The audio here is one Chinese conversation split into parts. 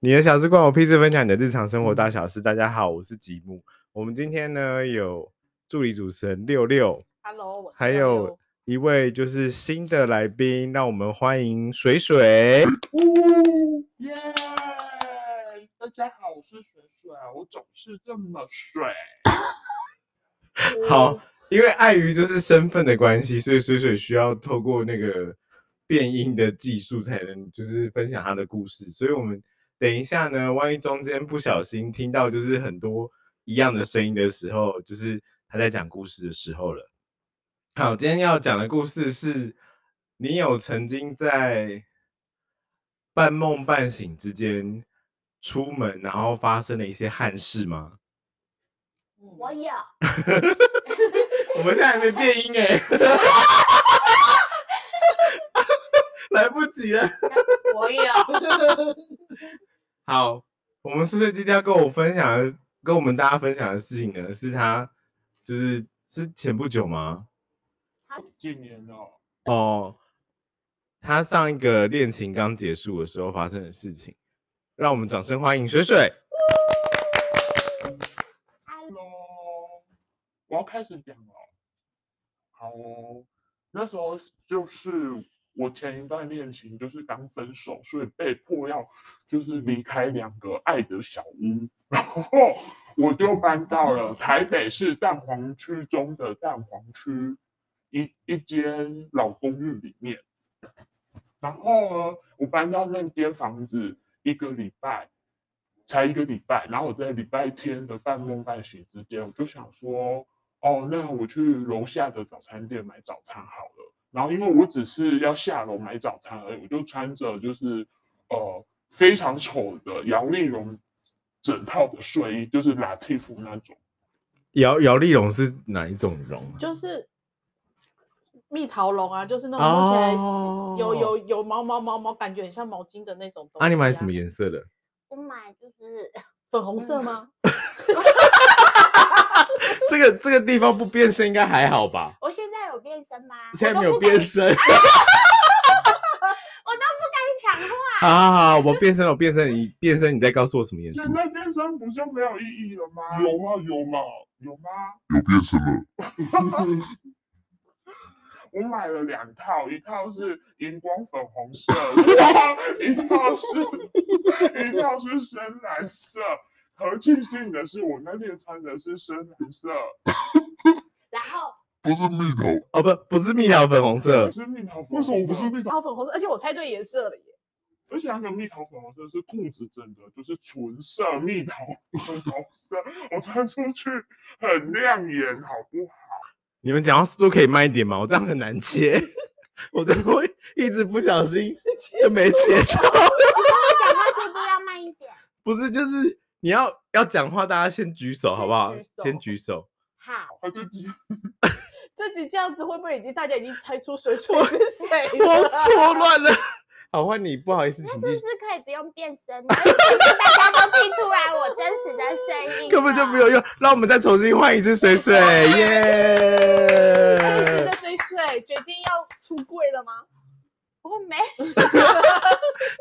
你的小事关我屁事，分享你的日常生活大小事。大家好，我是吉木。我们今天呢有助理主持人六六， Hello，我是还六有六一位就是新的来宾，让我们欢迎水水。耶！大家好，我是水水，我总是这么水。 好，因为碍于就是身份的关系，所以水水需要透过那个变音的技术才能就是分享他的故事。所以我们等一下呢，万一中间不小心听到就是很多一样的声音的时候，就是他在讲故事的时候了。好，今天要讲的故事是，你有曾经在半梦半醒之间出门，然后发生了一些憾事吗？我我有， 我们现在还没变音哎、 来不及了。我有，好，我们碎碎今天要跟我分享的，跟我们大家分享的事情呢，是他就是是前不久吗？今年哦，哦，他上一个恋情刚结束的时候发生的事情，让我们掌声欢迎水水。喽，我要开始讲了。好哦，那时候就是我前一段恋情就是刚分手，所以被迫要就是离开两个爱的小屋，然后我就搬到了台北市蛋黄区中的蛋黄区一一间老公寓里面。然后呢，我搬到那间房子一个礼拜，才一个礼拜。然后我在礼拜天的半梦半醒之间，我就想说，哦，那我去楼下的早餐店买早餐好了。然后因为我只是要下楼买早餐而已，我就穿着就是呃非常丑的杨丽蓉整套的睡衣，就是拉蒂夫那种。姚姚丽蓉是哪一种蓉啊？就是蜜桃龙啊，就是那种摸起来哦有、有有毛毛毛毛，感觉很像毛巾的那种东西、啊，你买什么？颜色的？我买就是粉红嗯色吗？这个这个地方不变身应该还好吧？我现在有变身吗？现在我都没有不敢变身。我都不敢抢话。 好啊好好，我变身了，我变身，你变身，你再告诉我什么颜色？现在变身不就没有意义了吗？有吗？有吗？有吗？有变身了， 我买了两套，一套是荧光粉红色，然后一套是一套是深蓝色。很庆幸的是，我那天穿的是深蓝色，然后不是蜜桃，哦，不，不是蜜桃粉红色不，是蜜桃粉红为色。什么不是蜜桃？超粉红色，而且我猜对颜色了耶！而且那个蜜桃粉红色是裤子整的，就是纯色蜜桃粉红色，我穿出去很亮眼，好不好？你们讲话速度可以慢一点吗？我这样很难切， 我这样会一直不小心就没切到。讲话速度要慢一点。不是，就是你要要讲话，大家先举手好不好先举？手先举手。好，他自己这集这样子会不会已经大家已经猜出水水是谁 我了？错乱了。 好，换 你，不好意思，那请是啊继续。不是可以不用变身 了？因为大家都听出来我真实的声音，啊根本就没有。用，让我们再重新换一次水水，真实耶的！水水决定要出柜了吗？我没，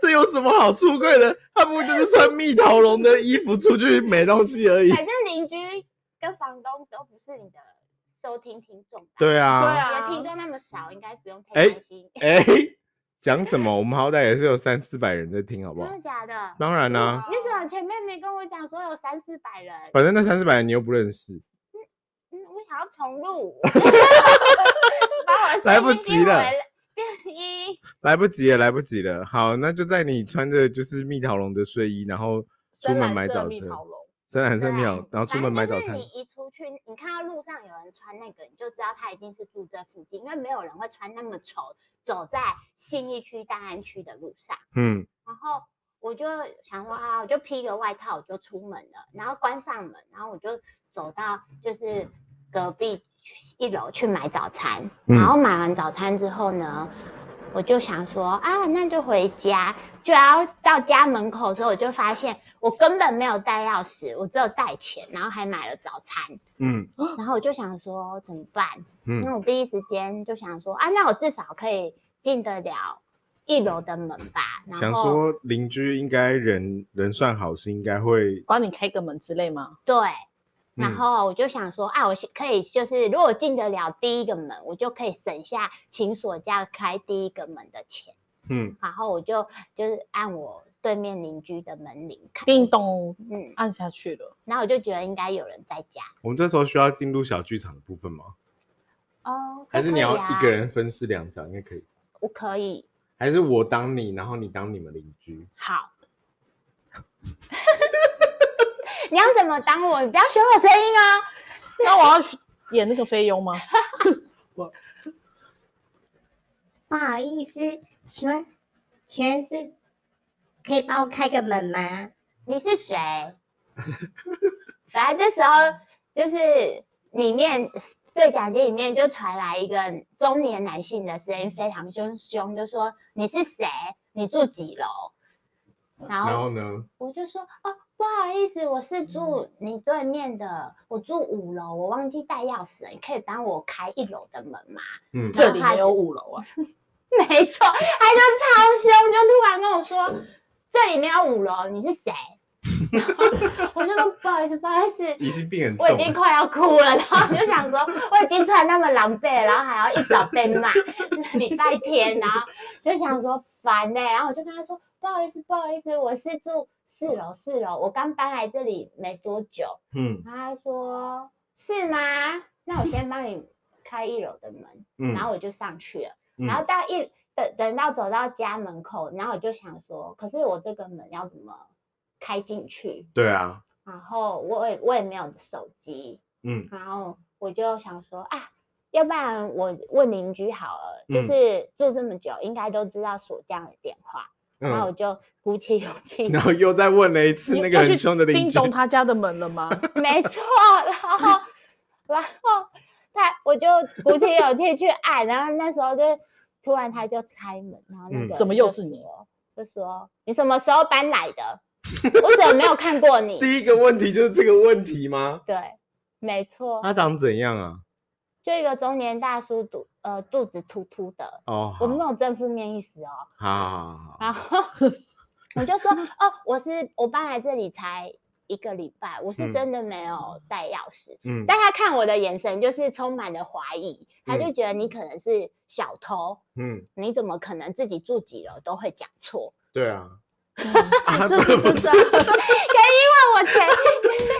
这有什么好出柜的？他不过就是穿蜜桃绒的衣服出去没东西而已。反正邻居跟房东都不是你的收听听众吧。对啊，对你的啊，听众那么少，应该不用哎太担心。哎，讲什么？我们好歹也是有三四百人在听，好不真好的？假的？啊当然啦、你怎么前面没跟我讲说有三四百人？反正那三四百人你又不认识，嗯，我想要 重录，把我的来声不音及变了回变音。 来不及了，来不及了。好，那就在你穿着就是蜜桃龙的睡衣，然后出深门蓝买色早餐蜜，桃龙，深蓝色对啊蜜桃，然后出门反正买就早是餐你。一出去，你看到路上有人穿那个，你就知道他一定是住这附近，因为没有人会穿那么丑走在信义区、大安区的路上。嗯，然后我就想说啊，我就披个外套，我就出门了，然后关上门，然后我就走到就是隔壁去一楼去买早餐，嗯然后买完早餐之后呢。我就想说啊，那就回家，就要到家门口的时候，我就发现我根本没有带钥匙，我只有带钱，然后还买了早餐，嗯然后我就想说怎么办？嗯那我第一时间就想说啊，那我至少可以进得了一楼的门吧，然想后说邻居应该人人算好是应该会，帮你开个门之类吗？对，嗯然后我就想说啊，我是可以就是如果进得了第一个门，我就可以省下请锁匠开第一个门的钱，嗯，然后我就就是按我对面邻居的门铃开，叮，咚，嗯，按下去了。然后我就觉得应该有人在家我们这时候需要进入小剧场的部分吗？哦，还都是可你以要啊一个人分饰两角，应该可以。我可以还是我当你，然后你当你们邻居？好。 你要怎么当我？你不要学我声音啊！那我要演那个菲佣 吗？不好意思，请问，请问是可以帮我开个门吗？你是谁？ 反正这时候就是里面对讲机里面就传来一个中年男性的声音，非常凶凶，就说你是谁？你住几楼？然然后后呢？我就说哦，不好意思，我是住你对面的，我住五楼，我忘记带钥匙了，你可以帮我开一楼的门吗？嗯，这里没有五楼啊， 没错，他就超凶，就突然跟我说：“这里面有五楼，你是谁？” 然后我就说：“不好意思，不好意思，疑心病很我已经重。快要哭了。”然后我就想说，我已经穿那么狼狈了，然后还要一早被骂，礼拜天，然后就想说烦呢、然后我就跟他说：“不好意思，不好意思，我是住四楼，四楼，我刚搬来这里没多久。”嗯然后他说：“是吗？那我先帮你开一楼的门。”嗯，然后我就上去了，嗯然后到一等等到走到家门口，然后我就想说，可是我这个门要怎么开进去？对啊，然后我也我也没有手机，嗯然后我就想说啊，要不然我问邻居好了，就嗯是住这么久，应该都知道锁匠的电话，然嗯，后我就鼓起勇气， 然后又再问了一 次你那个要很去凶的邻叮居。 咚他家的门了吗？ 没错，然后然后他我就鼓起勇气去按，然后那时候就突然他就开门，然后那嗯个怎么人又就是你说？就说你什么时候搬来的？我怎么没有看过 你？第一个问题就是这个问题吗？对，没错，他长怎样啊？就一个中年大叔肚呃肚子突突的，哦，我们啊好有正负面意思哦。好好 啊好，然后我就说哦，我是我搬来这里才一个礼拜，嗯我是真的没有带钥匙，嗯，但他看我的眼神就是充满了怀疑，他就嗯觉得你可能是小偷，嗯，你怎么可能自己住几楼都会讲 错？对啊，是这是啊真的。那我前哦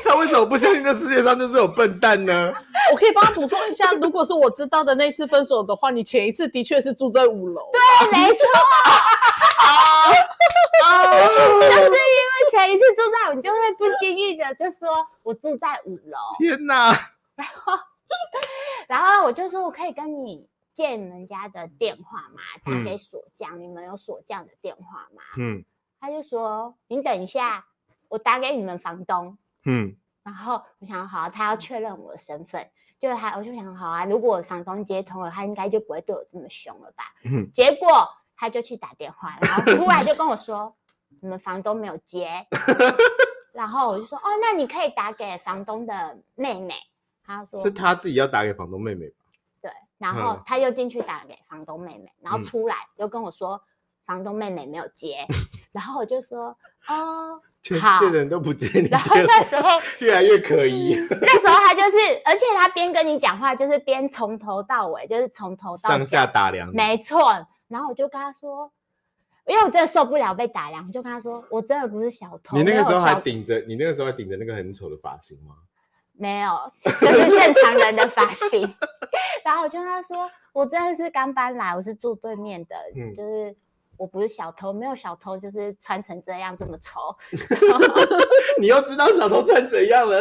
他为什么不相信这世界上就是有笨蛋呢？我可以帮他补充一下，如果是我知道的那次分手的话，你前一次的确是住在五楼。对，面哎没错，啊！就是因为前一次住在，我就会不经意的就说我住在五楼，天哪！然后我就说我可以跟你借你们家的电话吗？打嗯给锁匠，你们有锁匠的电话吗？嗯他就说你等一下，我打给你们房东。嗯然后我想好啊，他要确认我的身份，就还我就想好啊，如果我房东接通了，他应该就不会对我这么凶了吧？嗯，结果他就去打电话，然后突然就跟我说，你们房东没有 接，然后我就说哦，那你可以打给房东的妹妹，他说是他自己要打给房东妹妹吧？对，然后嗯他又进去打给房东妹妹，然后嗯出来又跟我说房东妹妹没有 接，然后我就说哦，全世好界的人都不 接你的然后那时 候。嗯越来越可疑。那时候他就是，而且他边跟你讲话，就是边从头到尾，就是从头到上下脚打量你，没错。然后我就跟他说，因为我真的受不了被打量，我就跟他说，我真的不是小偷。你那个没有时候还小顶着，你那个时候还顶着那个很丑的发型吗？没有， 就是正常人的发型。 然后我就跟他说，我真的是刚搬来，我是住对面的，嗯就是我不是小偷，没有小偷就是穿成这样这么丑， 你又知道小偷穿怎样 了？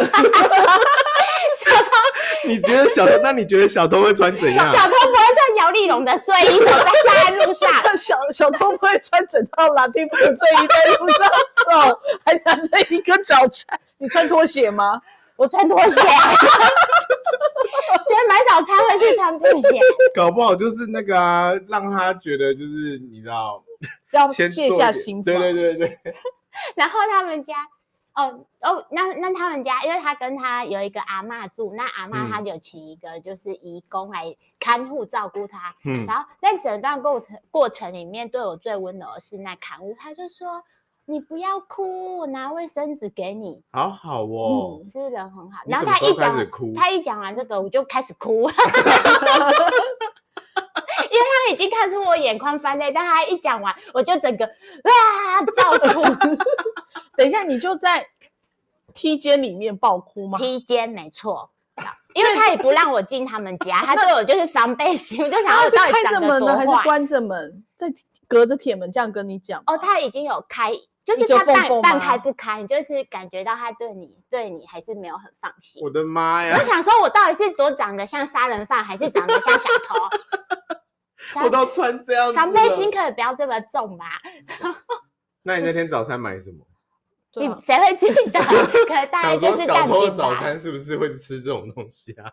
小偷你觉得小偷？那你觉得小偷会穿怎小样？小偷不会穿摇粒绒的睡衣走在大路上。啊小小偷不会穿整套拉丁风睡衣在路上走，还拿着一个早餐。你穿拖鞋吗？我穿拖鞋、啊，谁买早餐会去穿布鞋？搞不好就是那个啊，让他觉得就是你知道，要先卸做下一点心防。对对对对，然后他们家，哦哦，那那他们家，因为他跟他有一个阿嬷住，那阿嬷她有请一个就是义工来看护照顾他。嗯，然后在整段过程过程里面，对我最温柔的是那看护，他就说：“你不要哭，我拿卫生纸给你。”好好哦嗯，，是人很好。你然后什么他时候一开讲始完哭，他一讲完这个，我就开始哭，因 为他已经看出我眼眶翻泪，但他一讲完，我就整个啊爆哭，等一下，你就在梯间里面爆哭吗？披肩没错。因为他也不让我进他们家，他对我就是防备心，我就想他我是到开底着长得门多呢，还是坏。关着门？在隔着铁门这样跟你讲哦，他已经有开，就一是个他缝半缝半吗开不开，你就是感觉到他对你对你还是没有很放心。我的妈呀我！想说，我到底是多长得像杀人犯，还是长得像小偷？小 我都穿这样子了，防备心可以不要这么重吧？那你那天早餐买什么？对记啊谁会记 得？可能大概想说就是小蛋偷的饼早吧。餐是不是会吃这种东西 啊？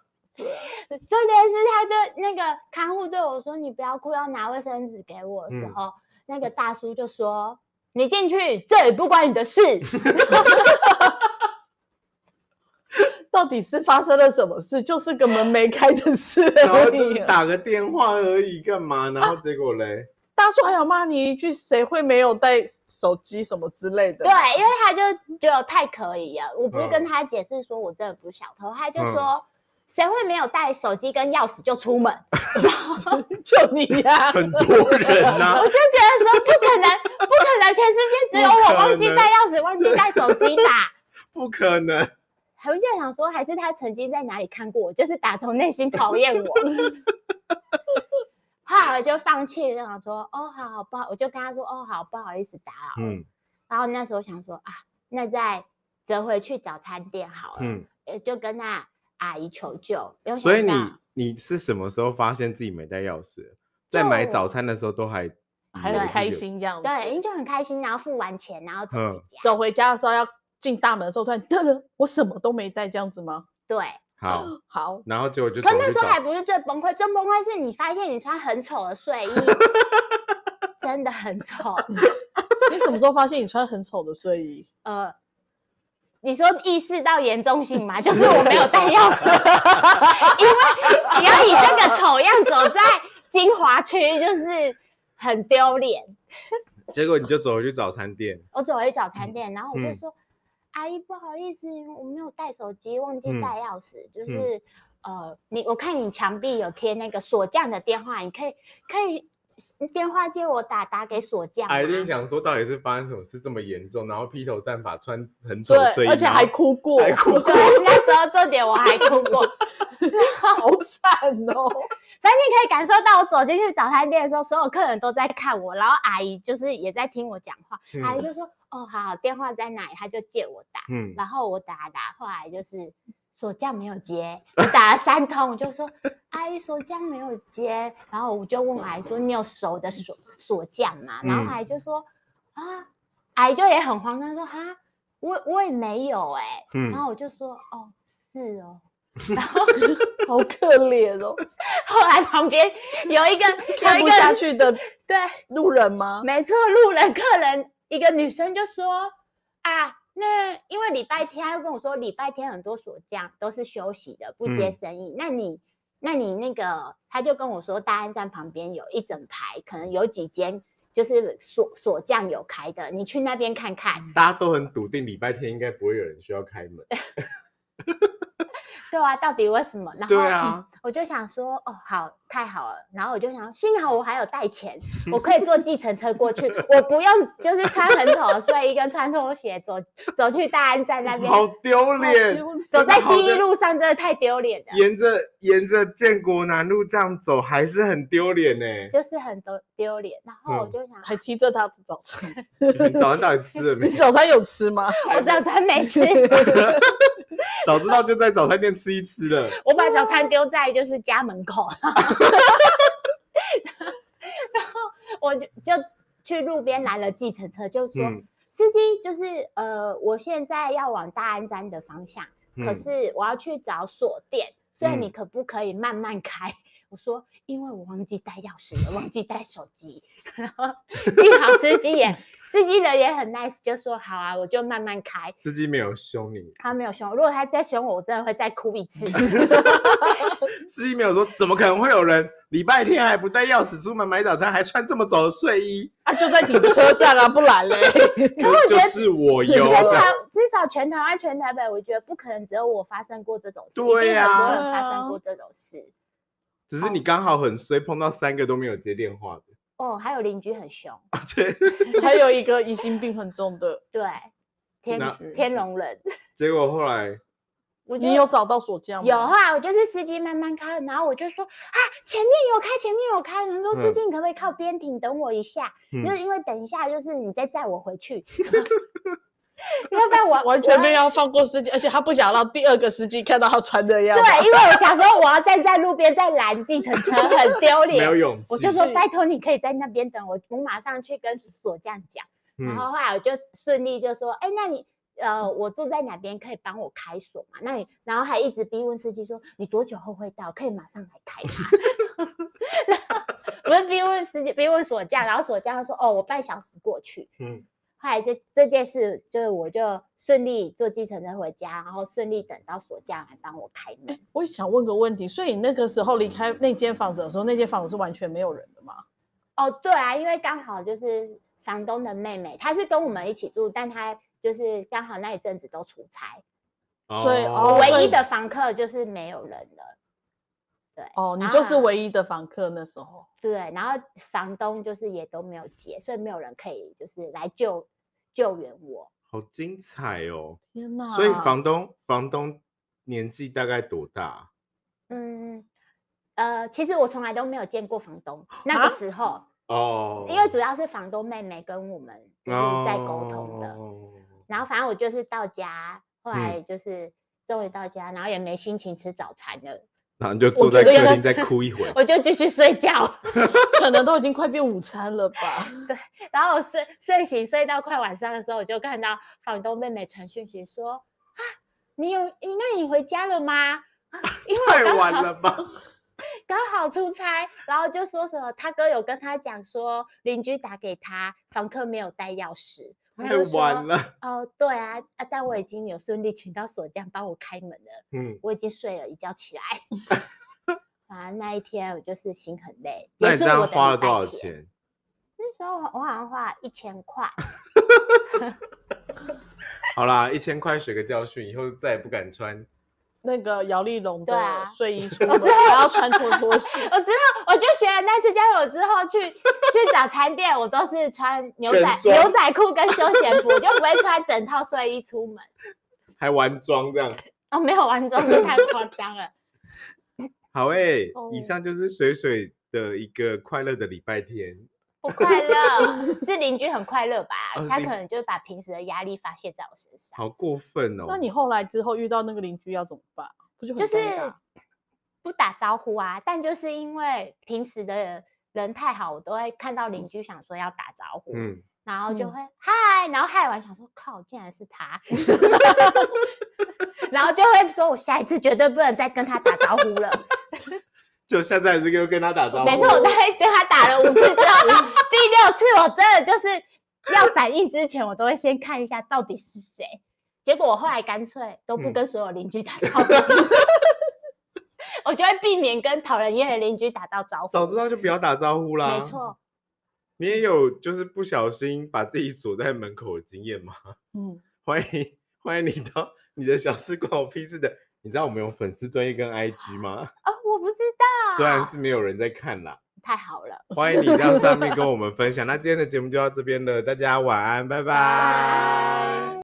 重点是他对那个看护对我说：“你不要哭，要拿卫生纸给我。”的时嗯候，那个大叔就说：“你进去，这也不关你 的事。到底是发生了什么事？就是个门没开的事 然后而就已是啊。打个电话而已，干嘛？然啊后结果嘞，大叔还有骂你一句：“谁会没有带手机什么之类的？”对，因为他就觉得太可疑了。我不是跟他解释说我真的不是小偷，他就嗯说：“谁会没有带手机跟钥匙就出门？” 就你 呀、很多人啊呐、我就觉得说不可能，不可能，全世界只有我忘记带钥匙、忘记带手 机吧？不可能。还有就想说，还是他曾经在哪里看过我，就是打从内心讨 厌我。后来我就放弃了，想说哦，好好不好，我就跟他说哦，好不好意思打扰。嗯然后那时候想说啊，那再折回去早餐店好了，嗯，呃就跟那阿姨求救。没有所以想你到你是什么时候发现自己没带钥匙？在就买早餐的时候都还还以为自己很开有，心这样子。对，因为就很开心，然后付完钱，然后走回嗯家。走回家的时候要进大门的时候，突然噔噔，我什么都没带，这样子吗？嗯对，好，好，然后结果就可走那去时候找还不是最崩溃，最崩溃是你发现你穿很丑的 睡衣，真的很丑。你什么时候发现你穿很丑的睡衣？呃，你说意识到严重性嘛？就是我没有带钥匙， 因为你要以这个丑样走在金华区，就是很丢脸。结果你就走回去早餐店，我走回早餐店，然后我就嗯说：“阿姨，不好意思，我没有带手机，忘记嗯带钥匙，就嗯是、呃，你我看你墙壁有贴那个锁匠的电话，你可以可以电话借我打打给锁匠。”还在想说到底是发生什么事这么严重，然后披头散发穿很 丑对的睡，衣，而且然还后哭过，还 哭对，那时候这点我还哭过， 好惨哦！反正你可以感受到，我走进去早餐店的时候，所有客人都在看我，然后阿姨就是也在听我讲话，阿姨嗯就说：“哦，好好，电话在哪里？”她就借我打。嗯，然后我打打，后来就是锁匠没有接，我打了三通，我就说阿姨锁匠没有接，然后我就问阿姨说你有熟的锁锁匠吗？然嗯后阿姨就说啊，阿姨就也很慌张说哈，我我也没有哎、嗯然后我就说哦是哦， 好可怜哦，后来旁边有一个有 看一不个下去的对，路人吗？没错，路人客人一个女生就说啊，那因为礼拜天，她就跟我说礼拜天很多锁匠都是休息的，不接嗯生意。那你，那你那个，他就跟我说，大安站旁边有一整排，可能有几间就是锁锁匠有开的，你去那边看看。大家都很笃定礼拜天应该不会有人需要开门，对啊，到底为什么？然后对啊嗯我就想说，哦，好，太好了。然后我就想，幸好我嗯还有带钱，我可以坐计程车过去，我不用就是穿很丑的睡衣跟穿拖鞋走走去大安站那边，好丢脸。走在好西一的路上真的太丢脸了，沿着沿着建国南路这样走，还是很丢脸呢。就是很丢丢脸。然后我嗯就想，还提着他的早餐， 你早上到底吃了没你？早餐有吃吗？我早餐没 吃，早知道就在早餐店吃一吃了。我把早餐丢在就是家门口， 然后然后我就就去路边拦了计程车，就说。嗯司机就是呃，我现在要往大安站的方向，可嗯是我要去找锁店，所以你嗯可不可以慢慢开？ 我说， 因为我忘记带钥匙了，忘记带手机。然后幸好司机也司机人也很 nice，就说好啊，我就慢慢开。司机没有凶你，他没有凶我，如果他再凶我，我真的会再哭一次。 司机没有说怎么可能会有人礼拜天还不带钥匙出门买早餐，还穿这么走的睡衣？啊，就在你的车上啊，不然 嘞，就就是我全有台的，至少全台湾、全台北，我觉得不可能只有我发生过这种事，对一定很多人啊发生过这种事。只是你刚好很衰，碰到三个都没有接电话的。哦，还有邻居很凶，对，还有一个疑心病很重的，对，天那天龙人，结果后来我就你有找到锁匠吗？有啊，我就是司机慢慢开，然后我就说啊，前面有开，前面有开。人说司嗯机，你可不可以靠边停等我一下？就嗯是因为等一下就是你再载我 回去，因为不然我我完我全要没有要放过司机，而且他不想让第二个司机看到他穿的样子。对，因为我想说我要站在路边再拦计程车，很丢没有脸。勇气，我就说是拜托你可以在那边等我，我马上去跟锁匠讲。然嗯后后来我就顺利就说，哎，那你呃，我住在哪边可以帮我开锁嘛？那你然后还一直逼问司机说，你多久后会到？可以马上来开吗？ 然后我就逼问司机，逼问锁匠，然后锁匠就说，哦，我半小时过去。嗯，后来这这件事，就是我就顺利坐计程车回家，然后顺利等到锁匠来帮我开门。我也想问个问题，所以你那个时候离开那间房子的时候，那间房子是完全没有人的吗？哦，对啊，因为刚好就是房东的妹妹，她是跟我们一起住，但她就是刚好那一阵子都出差，所以我哦所唯以一的房客就是没有人了。对，哦，你然后就是唯一的房客那时候。对，然后房东就是也都没有接，所以没有人可以就是来救救援我。好精彩哦。天哪！所以房东房东年纪大概多大？嗯，呃，其实我从来都没有见过房东，那啊个时候。哦，因为主要是房东妹妹跟我们就是在沟通的。哦然后反正我就是到家，后嗯来就是终于到家，然后也没心情吃早餐了，然后你就坐在觉得，客厅再哭一回我就继续睡觉。 可能都已经快变午餐了 吧？然后我睡睡醒睡到快晚上的时候，我就看到房东妹妹传讯息说：“啊，你有你那你回家了吗？”啊因为我太刚晚好了吧？刚好出差，然后就说什么他哥有跟他讲说邻居打给他，房客没有带钥匙。我太就说晚了，哦，对啊，啊，但我已经有顺利请到锁匠帮我开门了，嗯，我已经睡了一觉起来。 啊，那一天我就是心很累，那结你束这我样的花礼了拜多少天？钱？那时候我好像花一千 块，好啦，一千块学个教训，以后再也不敢穿。那个姚丽蓉对啊的睡衣出门，还要穿拖拖 鞋。我哦之后我就学了那次教育，我之后去去找餐店，我都是穿牛全仔装牛仔裤跟休闲服，我就不会穿整套睡衣出门。还玩妆这样。哦，没有完妆，这太夸张了。好诶、哦以上就是水水的一个快乐的礼拜天。不 快乐是邻居很快乐吧呃？他邻可能就是把平时的压力发泄在我身上。好过分哦！那你后来之后遇到那个邻居要怎么办？不就很就是尴尬啊不打招呼啊。但就是因为平时的人太好，我都会看到邻居想说要打招呼，嗯，然后就嗯会嗨，然后嗨完想说靠，竟然是 他，然后就会说我下一次绝对不能再跟他打招呼了。就下次还是又跟他 打招呼。没错，我大概跟他打了五次之 后，到第六次我真的就是要反应之前，我都会先看一下到底是谁。结果我后来干脆都不嗯跟所有邻居打招呼， 我就会避免跟讨人厌的邻居打到招呼。早知道啊就不要打招呼啦。没，错，哦你也有就是不小心把自己锁在门口的经验吗？ 嗯，欢迎欢迎你到你的小事关我屁事的。你知道我们有粉丝专业跟 IG 吗？啊、我不知道，虽然是没有人在看啦，太好了，欢迎你到上面跟我们分享。那今天的节目就到这边了，大家晚安，拜拜。拜。